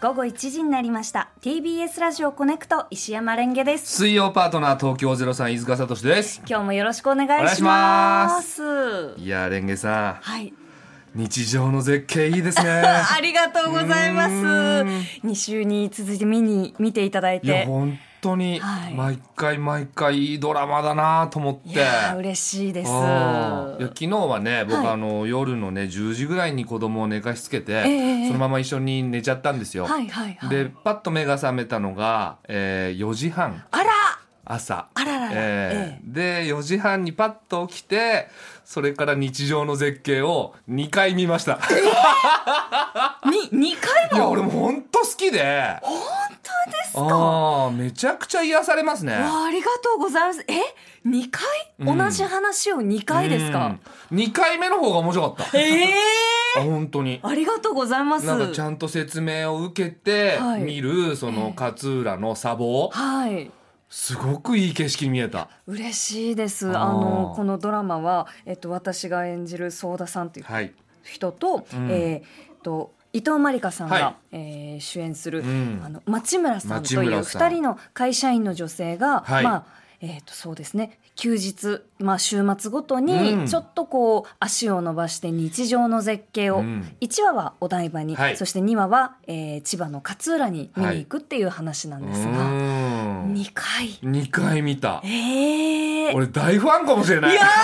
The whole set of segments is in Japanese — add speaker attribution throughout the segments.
Speaker 1: 午後1時になりました TBS ラジオコネクト石山レンゲです
Speaker 2: 水曜パートナー東京ゼロさん飯塚聡です
Speaker 1: 今日もよろしくお願いします
Speaker 2: いやーレンゲさん
Speaker 1: はい
Speaker 2: 日常の絶景いいで すね
Speaker 1: ありがとうございます
Speaker 2: う
Speaker 1: 2週に続いて見に見ていただい
Speaker 2: いや
Speaker 1: て
Speaker 2: 本当に
Speaker 1: はい
Speaker 2: 毎回毎回いいドラマだなと思って
Speaker 1: いやー嬉しいです
Speaker 2: あーいや昨日はね僕、
Speaker 1: はい
Speaker 2: あの夜のね10時ぐらいに子供を寝かしつけて、
Speaker 1: ええ
Speaker 2: そのまま一緒に寝ちゃったんですよ、
Speaker 1: はいはいはい
Speaker 2: でパッと目が覚めたのが、えー4時半
Speaker 1: あら
Speaker 2: 朝
Speaker 1: あららら
Speaker 2: えーで4時半にパッと起きてそれから日常の絶景を2回見ました、
Speaker 1: に2回
Speaker 2: いや
Speaker 1: も
Speaker 2: 俺もほんと好きで
Speaker 1: 本当ですかわ
Speaker 2: あーめちゃくちゃ癒されますね
Speaker 1: あありがとうございますえ2回、
Speaker 2: うん
Speaker 1: 同じ話を2回ですか、
Speaker 2: うん2回目の方が面白かった
Speaker 1: ええ
Speaker 2: あ本当に
Speaker 1: ありがとうございます
Speaker 2: なんかちゃんと説明を受けて
Speaker 1: はい
Speaker 2: 見るそ
Speaker 1: え
Speaker 2: の
Speaker 1: え
Speaker 2: 勝浦の砂防
Speaker 1: はい
Speaker 2: すごくいい景色に見えた
Speaker 1: 嬉しいです
Speaker 2: あー
Speaker 1: あのこのドラマは、えっと、私が演じる相田さんという
Speaker 2: はい
Speaker 1: 人と,、
Speaker 2: うん
Speaker 1: えーっと伊藤真理香さんが、
Speaker 2: はい
Speaker 1: えー主演する、
Speaker 2: うん
Speaker 1: あの町村さんと
Speaker 2: 町
Speaker 1: いう
Speaker 2: 村さ
Speaker 1: 2
Speaker 2: ん
Speaker 1: 人の会社員の女性が、
Speaker 2: はい
Speaker 1: まあえー、とそうですね休日、まあ、週末ごと
Speaker 2: うん
Speaker 1: にちょっとこう足を伸ばして日常の絶景を、
Speaker 2: うん
Speaker 1: 1話はお台場に、
Speaker 2: はい
Speaker 1: そして2話は、えー千葉の勝浦に見に行くっていう話な
Speaker 2: うん
Speaker 1: ですが、
Speaker 2: ーん
Speaker 1: 二2回
Speaker 2: 2回見た
Speaker 1: えー、
Speaker 2: 俺大ファンかもしれない
Speaker 1: いや
Speaker 2: い
Speaker 1: ー
Speaker 2: や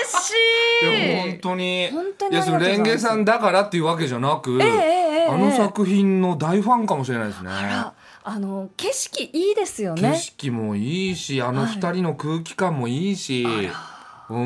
Speaker 1: 嬉しい
Speaker 2: 本当に
Speaker 1: 本当に
Speaker 2: いや
Speaker 1: あり
Speaker 2: そ
Speaker 1: がとうござ
Speaker 2: のレ
Speaker 1: い
Speaker 2: ン
Speaker 1: ます
Speaker 2: ゲさんだからっていうわけじゃなく、
Speaker 1: ええええ
Speaker 2: あの作品の大ファンかもしれないですね
Speaker 1: あらあの景色いいですよ
Speaker 2: 景
Speaker 1: ね
Speaker 2: 色もいいしあの
Speaker 1: はい
Speaker 2: 二人の空気感もいいし、
Speaker 1: あ
Speaker 2: うー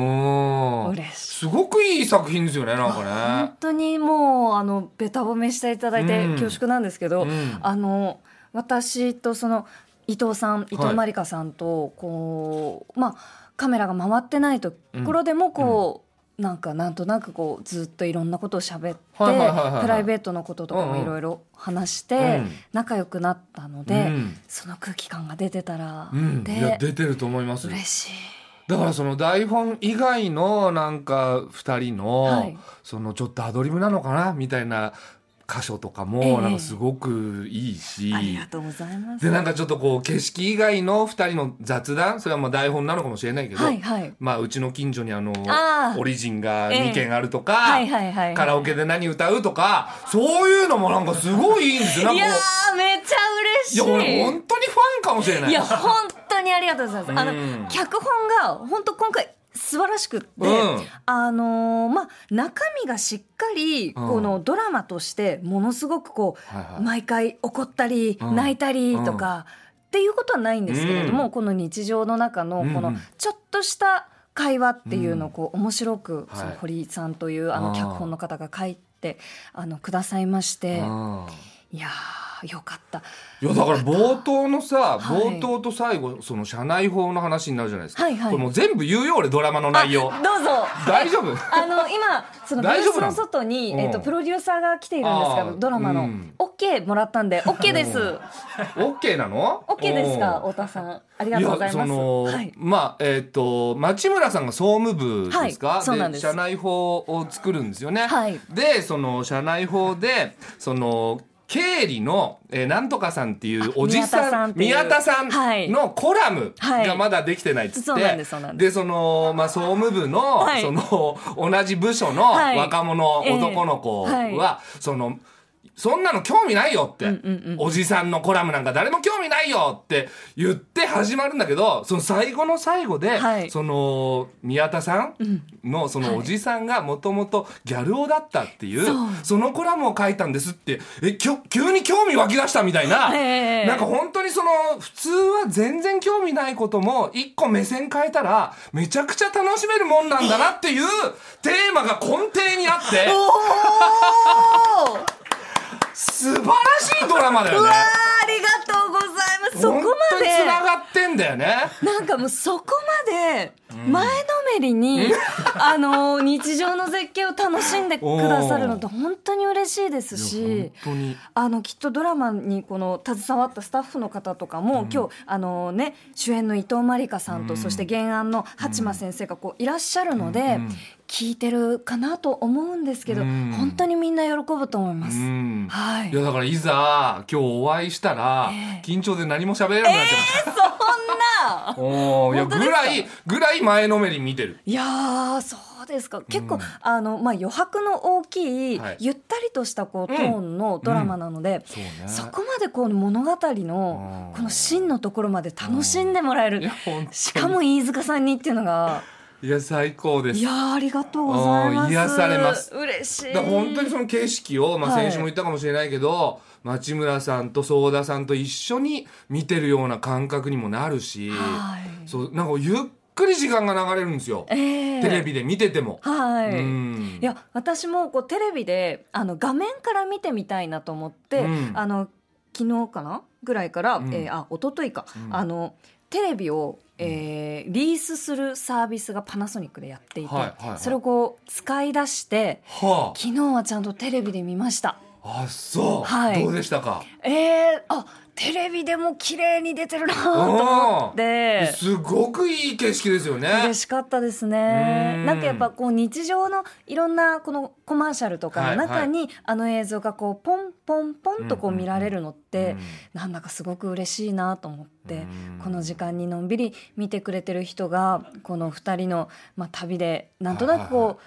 Speaker 2: ん
Speaker 1: 嬉しい
Speaker 2: すごくいい作品ですよねなんかね
Speaker 1: 本当にもうあのベタ褒めしていただいて
Speaker 2: うん
Speaker 1: 恐縮なんですけど、
Speaker 2: うん
Speaker 1: あの私とその伊藤さん伊藤
Speaker 2: はい
Speaker 1: 真理香さんとこう、まあカメラが回ってないところでもこう、なんかなんとなくこうずっといろんなことを喋ってプ
Speaker 2: はいはいはいはい
Speaker 1: ライベートのこととかもいろいろ話して
Speaker 2: うん
Speaker 1: 仲良くなったので、
Speaker 2: うん
Speaker 1: その空気感が出てたら、
Speaker 2: うん、いや
Speaker 1: で
Speaker 2: 出てると思います
Speaker 1: 嬉しい。
Speaker 2: だからその台本以外のなんか2人の、
Speaker 1: はい
Speaker 2: そのちょっとアドリブなのかなみたいな箇所とか
Speaker 1: ええ
Speaker 2: もなんかすごくいいし、
Speaker 1: ありがとうございます。
Speaker 2: でなんかちょっとこう景色以外の2人の雑談それはまあ台本なのかもしれないけど、
Speaker 1: はいはい。
Speaker 2: まあ、うちの近所にあの
Speaker 1: あー
Speaker 2: オリジンが
Speaker 1: ええ
Speaker 2: 2軒あるとか、
Speaker 1: はいはいはい。
Speaker 2: カラオケで何歌うとかそういうのもなんかすごいいいんですよ。なん
Speaker 1: い
Speaker 2: か
Speaker 1: や
Speaker 2: こ
Speaker 1: ーめちゃ嬉
Speaker 2: うい
Speaker 1: し
Speaker 2: や
Speaker 1: い。
Speaker 2: 俺本当にファンかもしれない。
Speaker 1: いや本当にありがとうございます。あ
Speaker 2: うん
Speaker 1: の脚本が本当今回素晴らしくって、
Speaker 2: うん
Speaker 1: あのーまあ中身がしっかり
Speaker 2: うん
Speaker 1: このドラマとしてものすごくこう、
Speaker 2: はいはい
Speaker 1: 毎回怒ったり、
Speaker 2: うん
Speaker 1: 泣いたりとか、っていうことはないんですけれども、
Speaker 2: う
Speaker 1: この日常の中のこ
Speaker 2: う
Speaker 1: の
Speaker 2: ん
Speaker 1: ちょっとした会話っていうのをこう面白く、
Speaker 2: はい
Speaker 1: その堀井さんというあの
Speaker 2: あー
Speaker 1: 脚本の方が書いてあのくださいまして、
Speaker 2: うん
Speaker 1: いやーよかった。
Speaker 2: いやだから冒頭のさ、
Speaker 1: はい
Speaker 2: 冒頭と最後その社内法の話になるじゃないですか、
Speaker 1: はいはい
Speaker 2: これもう全部言うよ俺ドラマの内容
Speaker 1: あどうぞ。
Speaker 2: 大丈夫
Speaker 1: あの今そのブ
Speaker 2: 大
Speaker 1: ー
Speaker 2: 丈
Speaker 1: ス
Speaker 2: 夫なの
Speaker 1: の外に、えっと
Speaker 2: うん
Speaker 1: プロデューサーが来ているんです
Speaker 2: あ
Speaker 1: が
Speaker 2: ー
Speaker 1: ドラマ
Speaker 2: う
Speaker 1: の
Speaker 2: ん
Speaker 1: OK もらったんで OK です
Speaker 2: うん OK なの
Speaker 1: OK ですか
Speaker 2: うん
Speaker 1: 太田さんありがとうございます
Speaker 2: やその、
Speaker 1: はい
Speaker 2: まあえっ、と町村さんが総務部ですか、
Speaker 1: はいそうなんです
Speaker 2: 社内法を作るんですよね。
Speaker 1: はい
Speaker 2: でその社内法でその経理の、えーなんとかさんっていうおじさん
Speaker 1: 宮田さんっていう
Speaker 2: 宮田さん
Speaker 1: はい
Speaker 2: のコラム
Speaker 1: はい
Speaker 2: がまだできてないっつって、
Speaker 1: そうなんですそうなん
Speaker 2: でその、まあ、総務部の,、
Speaker 1: はい
Speaker 2: その同じ部署の
Speaker 1: はい
Speaker 2: 若者、
Speaker 1: ええ
Speaker 2: 男の子は、
Speaker 1: は
Speaker 2: そのそんなの興味ないよって、
Speaker 1: うんうんうん
Speaker 2: おじさんのコラムなんか誰も興味ないよって言って始まるんだけどその最後の最後で、
Speaker 1: はい
Speaker 2: その宮田さんのそ
Speaker 1: は
Speaker 2: の
Speaker 1: い
Speaker 2: おじさんがもともとギャル男だったっていう,、
Speaker 1: そう
Speaker 2: そのコラムを書いたんですってえきょ急に興味湧き出したみたいな、
Speaker 1: ええ
Speaker 2: なんか本当にその普通は全然興味ないことも一個目線変えたらめちゃくちゃ楽しめるもんなんだなっていうテーマが根底にあって
Speaker 1: おー
Speaker 2: 素晴らしいドラマだ
Speaker 1: う
Speaker 2: よ
Speaker 1: わ
Speaker 2: ね。
Speaker 1: ーありがとうございますそこ
Speaker 2: 本
Speaker 1: ま
Speaker 2: 当に繋
Speaker 1: で
Speaker 2: がってんだよね。
Speaker 1: なんかもうそこまで前のめりに、 あの、日常の絶景を楽しんでくださるのって本当に嬉しいですし、
Speaker 2: 本当に
Speaker 1: あのきっとドラマにこの携わったスタッフの方とかも、今日あのね主演の伊藤真理香さんと、そして原案の八間先生がこういらっしゃるので、聞いてるかなと思うんですけど、
Speaker 2: うん
Speaker 1: 本当にみんな喜ぶと思います。
Speaker 2: うん
Speaker 1: はいい。
Speaker 2: やだからいざ今日お会いしたら
Speaker 1: ええ
Speaker 2: 緊張で何も喋れなくなっちゃいました、
Speaker 1: そんな。
Speaker 2: おーいや
Speaker 1: 本当で
Speaker 2: ぐ
Speaker 1: すから
Speaker 2: いぐらい前のめりに見てる
Speaker 1: いやーそうですか結構、
Speaker 2: うん
Speaker 1: あのまあ、余白の大きい、
Speaker 2: はい
Speaker 1: ゆったりとしたこうト
Speaker 2: うん
Speaker 1: ーンのドラマなので、
Speaker 2: そうね
Speaker 1: そこまでこう物語の
Speaker 2: うん
Speaker 1: この芯のところまで楽しんでもらえ
Speaker 2: い
Speaker 1: る
Speaker 2: や本当に
Speaker 1: しかも飯塚さんにっていうのが
Speaker 2: いや最高です
Speaker 1: いやーありがとうございます
Speaker 2: うん癒されます
Speaker 1: 嬉しい
Speaker 2: だから本当にその景色を、まあ、
Speaker 1: はい
Speaker 2: 先週も言ったかもしれないけど、町村さんと相田さんと一緒に見てるような感覚にもなるし、
Speaker 1: はい
Speaker 2: そうなんかゆっくり時間が流れるんですよ、
Speaker 1: ええ
Speaker 2: テレビで見てても。
Speaker 1: はい、
Speaker 2: うん
Speaker 1: いや私もこうテレビであの画面から見てみたいなと思って、
Speaker 2: うん
Speaker 1: あの昨日かなぐらいから、
Speaker 2: うん
Speaker 1: えーあ一昨日か、
Speaker 2: うん
Speaker 1: あのテレビを、えーリースするサービスがパナソニックでやっていて、
Speaker 2: はいはいはい
Speaker 1: それをこう使い出して
Speaker 2: は
Speaker 1: 昨日はちゃんとテレビで見ました。
Speaker 2: あ、あそう、
Speaker 1: はい
Speaker 2: どうでしたか
Speaker 1: えー、あテレビでも綺麗に出てるなと思って。
Speaker 2: すごくいい景色ですよね。
Speaker 1: 嬉しかったです
Speaker 2: う
Speaker 1: ね
Speaker 2: ん
Speaker 1: なんかやっぱこう日常のいろんなこのコマーシャルとかの中に、あの映像がこうポンポンポンとこう見られるのって、なんだかすごく嬉しいなと思って、この時間にのんびり見てくれてる人がこの2人の、まあ、旅でなんとなくこう、
Speaker 2: はいはい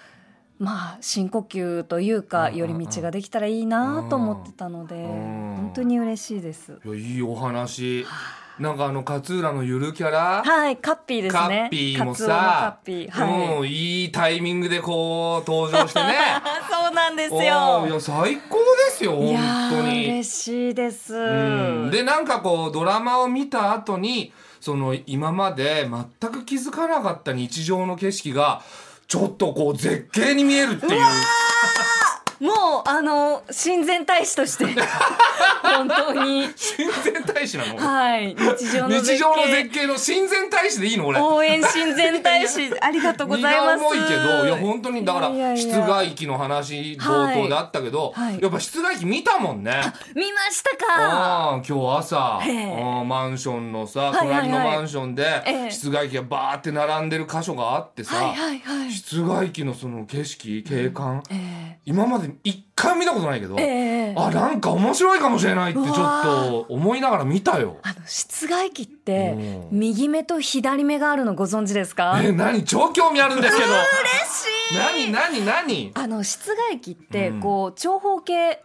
Speaker 1: まあ深呼吸という
Speaker 2: うんう
Speaker 1: か
Speaker 2: んうん
Speaker 1: 寄り道ができたらいいなと思ってたので、
Speaker 2: ん
Speaker 1: 本当に嬉しいです。
Speaker 2: 間、いやいいお話。なんかあの勝浦のゆるキャラ。
Speaker 1: はい、カッピーですね。
Speaker 2: カッピーも
Speaker 1: カツオの
Speaker 2: さ
Speaker 1: カッピー、はい。
Speaker 2: うん、いいタイミングでこう登場してね
Speaker 1: そうなん です
Speaker 2: おーい
Speaker 1: よ。
Speaker 2: や最高ですよ
Speaker 1: い
Speaker 2: 本
Speaker 1: や
Speaker 2: 当
Speaker 1: ー
Speaker 2: に
Speaker 1: 嬉しいです。
Speaker 2: うんでなんかこうドラマを見た後にその今まで全く気づかなかった日常の景色がちょっとこう絶景に見えるっていう
Speaker 1: もうあの親善大使と して本当に
Speaker 2: 親善大使なの
Speaker 1: はい日常の
Speaker 2: 日
Speaker 1: 絶
Speaker 2: 常の
Speaker 1: 景
Speaker 2: 絶景の親善大使でいいの俺
Speaker 1: 応援親善大使ありがとうございます。
Speaker 2: 荷が重いけどいや本当にだから
Speaker 1: いやいやい
Speaker 2: 室
Speaker 1: や
Speaker 2: 外機の話冒頭であったけど、
Speaker 1: はいはい
Speaker 2: やっぱ室外機見たもんね。
Speaker 1: 見ましたか。
Speaker 2: ああ今日朝
Speaker 1: ええ
Speaker 2: うんマンションの
Speaker 1: は
Speaker 2: さ
Speaker 1: いはいはい
Speaker 2: 隣のマンションで
Speaker 1: ええ
Speaker 2: 室外機がバーって並んでる箇所があって
Speaker 1: は
Speaker 2: さ
Speaker 1: いはいはい。
Speaker 2: 室外機のその景色景観
Speaker 1: え
Speaker 2: 今まで一回も見たことないけど
Speaker 1: ー、えー
Speaker 2: あなんか面白いかもしれないってちょ
Speaker 1: うわ
Speaker 2: っ
Speaker 1: ー
Speaker 2: と思いながら見たよ。
Speaker 1: あの室外機って
Speaker 2: うん
Speaker 1: 右目と左目があるのご存知ですか。
Speaker 2: え何超興味あるんですけど
Speaker 1: 嬉しい。
Speaker 2: 何何何
Speaker 1: あの室外機って
Speaker 2: うん
Speaker 1: こう長方形、ん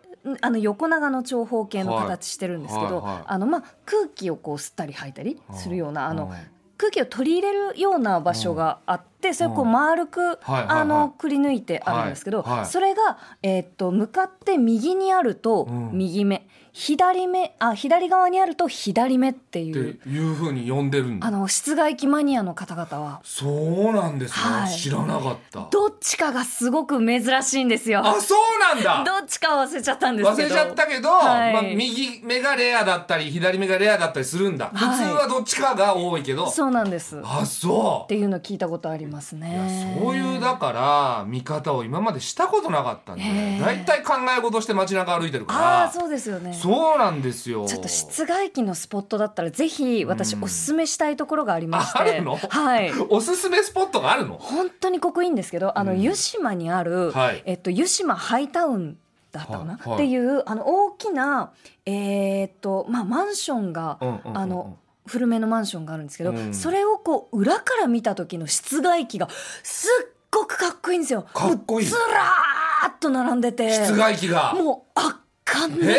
Speaker 1: あの横長の長方形の形してるんですけど、
Speaker 2: はいはいはい
Speaker 1: あのまあ空気をこう吸ったり吐いたりするようなあ
Speaker 2: うん
Speaker 1: の空気を取り入れるような場所があってそれをこう丸く
Speaker 2: はいはいはい
Speaker 1: あのくり抜いてあるんですけど
Speaker 2: はいはい
Speaker 1: それがえーっと向かって右にあると
Speaker 2: うん
Speaker 1: 右目左目あ左側にあると左目って
Speaker 2: っ
Speaker 1: いう
Speaker 2: ていうふうに呼んでるん
Speaker 1: あ
Speaker 2: だ
Speaker 1: の室外機マニアの方々は
Speaker 2: そうなんですね、
Speaker 1: はい
Speaker 2: 知らなかった
Speaker 1: どっちかがすごく珍しいんですよ。
Speaker 2: あそうなんだ
Speaker 1: どっちか忘れちゃったんです
Speaker 2: 忘
Speaker 1: け
Speaker 2: れ
Speaker 1: ど
Speaker 2: ちゃったけど、
Speaker 1: はい
Speaker 2: まあ、右目がレアだったり左目がレアだったりするんだ、
Speaker 1: はい
Speaker 2: 普通はどっちかが多いけど
Speaker 1: そうなんです。っ
Speaker 2: あそう
Speaker 1: ていうの聞いたことあります
Speaker 2: いや
Speaker 1: ね。
Speaker 2: そういうだから見方を今までしたことなかったんで
Speaker 1: へー
Speaker 2: 大体考え事して街中歩いてる
Speaker 1: あ
Speaker 2: か
Speaker 1: あ、そうですよね
Speaker 2: ら。そうなんですよ
Speaker 1: ちょっと室外機のスポットだったら、ぜひ私
Speaker 2: うん
Speaker 1: おすすめしたいところがありまして。
Speaker 2: ああるの
Speaker 1: はい。
Speaker 2: おすすめスポットがあるの
Speaker 1: 本当にここいいんですけど、あの
Speaker 2: うん
Speaker 1: 湯島にある、
Speaker 2: はい
Speaker 1: えっと湯島ハイタウン。だったかな、
Speaker 2: はいはい
Speaker 1: っていうあの大きな、えーっとまあ、マンションが、
Speaker 2: うんうんうんうん
Speaker 1: あの古めのマンションがあるんですけど、
Speaker 2: うん
Speaker 1: それをこう裏から見た時の室外機がすっごくかっこいいんですよ。
Speaker 2: かっこいい
Speaker 1: もうずらーっと並んでて
Speaker 2: 室外機が
Speaker 1: もう圧巻
Speaker 2: へえ
Speaker 1: で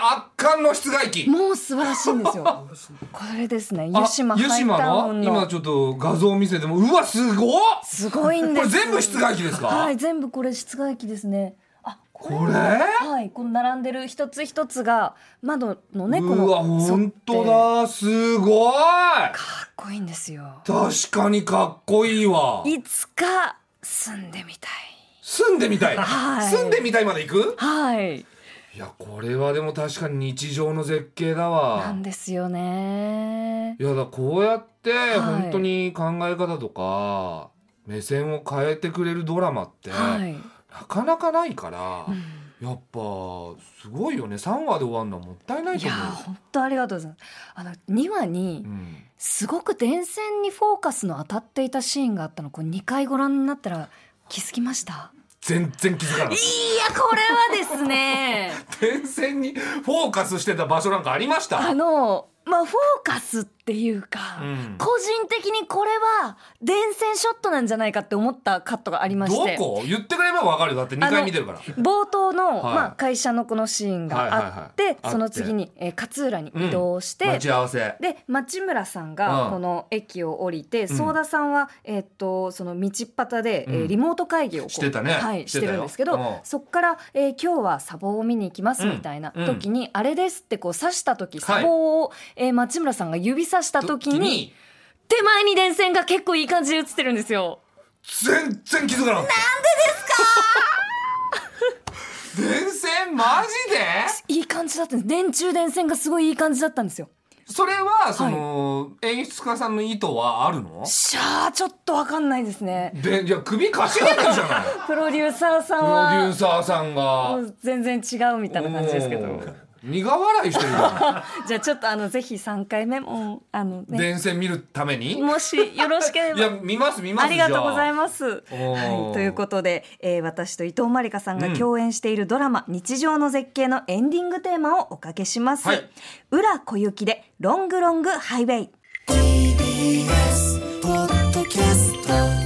Speaker 2: 圧巻の室外機
Speaker 1: もう素晴らしいんですよこれですね
Speaker 2: あ
Speaker 1: 湯島ハイタウン
Speaker 2: 湯島の今
Speaker 1: の
Speaker 2: ちょっと画像を見せてもうわすごっ
Speaker 1: すごいん
Speaker 2: こ
Speaker 1: で
Speaker 2: れ
Speaker 1: す
Speaker 2: 全部室外機ですか、
Speaker 1: はい全部これ室外機ですねあこ
Speaker 2: これ
Speaker 1: はいこの並んでる一つ一つが窓のねこの
Speaker 2: うわ本当だすごい
Speaker 1: かっこいいんですよ
Speaker 2: 確かにかっこいいわ
Speaker 1: いつか住んでみたい
Speaker 2: 住んでみたい、
Speaker 1: はい
Speaker 2: 住んでみたいまで行く
Speaker 1: はい
Speaker 2: いいやこれはでも確かに日常の絶景だわ
Speaker 1: なんですよね
Speaker 2: いやだこうやって
Speaker 1: い
Speaker 2: 本当に考え方とか、目線を変えてくれるドラマって、
Speaker 1: はい、
Speaker 2: なかなかないから、
Speaker 1: うん
Speaker 2: やっぱすごいよね3話で終わるのはもったいない
Speaker 1: い
Speaker 2: と
Speaker 1: や
Speaker 2: 思う。
Speaker 1: ー本当ありがとうございますあの2話に
Speaker 2: うん
Speaker 1: すごく電線にフォーカスの当たっていたシーンがあったのこれ2回ご覧になったら気づきました
Speaker 2: 全然気づかないい
Speaker 1: やこれはです ね
Speaker 2: 点線にフォーカスしてた場所なんかありました
Speaker 1: あのまあフォーカスっていうか、
Speaker 2: うん
Speaker 1: 個人的にこれは電線ショットなんじゃないかって思ったカットがありま
Speaker 2: ど
Speaker 1: して
Speaker 2: こ言ってくれればわかるよだって2
Speaker 1: あ
Speaker 2: 回
Speaker 1: の
Speaker 2: 見てるから
Speaker 1: 冒頭の、
Speaker 2: はい
Speaker 1: まあ、会社のこのシーンがあって、
Speaker 2: はいはいはい
Speaker 1: その次に、えー勝浦に移動して、
Speaker 2: 待ち合わせ
Speaker 1: で町村さん
Speaker 2: う
Speaker 1: が
Speaker 2: ん
Speaker 1: この駅を降りて
Speaker 2: うん
Speaker 1: 相田さんは、えーっとその道端で、えー
Speaker 2: うん
Speaker 1: リモート会議をこう
Speaker 2: してたね
Speaker 1: はい、
Speaker 2: し
Speaker 1: し
Speaker 2: て
Speaker 1: た
Speaker 2: よ
Speaker 1: てるんですけ
Speaker 2: うん
Speaker 1: どそっから、えー今日は砂防を見に行きますみたいな
Speaker 2: うん
Speaker 1: 時に、あれですってこう指した時
Speaker 2: はい
Speaker 1: 砂防を、えー町村さんが指さした時に手前に電線が結構いい感じで映ってるんですよ。
Speaker 2: 全然気づかなかったなんでですか電 線マジで
Speaker 1: いい感じだったんです電柱電線がすごいいい感じだったんですよ。
Speaker 2: それはその、演出家さんの意図はあるの
Speaker 1: しゃーちょっとわかんないですね。
Speaker 2: でいや首かしげてるじゃない
Speaker 1: プロデューサーさ
Speaker 2: プ
Speaker 1: ん
Speaker 2: ロデュー
Speaker 1: は
Speaker 2: サーさん
Speaker 1: も
Speaker 2: が
Speaker 1: う全然違うみたいな感じですけど
Speaker 2: も。う苦笑いしてるじゃな い
Speaker 1: じゃあちょっとあのぜひ三回目もあのね
Speaker 2: 電線見るために
Speaker 1: もしよろしけれ
Speaker 2: いや
Speaker 1: ば
Speaker 2: 見ます見ます
Speaker 1: ありがとうござい
Speaker 2: ま
Speaker 1: ます。
Speaker 2: おー
Speaker 1: はい、ということで、えー私と伊藤まりかさんが共演しているドラマ、日常の絶景のエンディングテーマをおかけします。
Speaker 2: はい
Speaker 1: 裏小雪でロングロングハイウェイ。
Speaker 3: TBS ポッドキャスト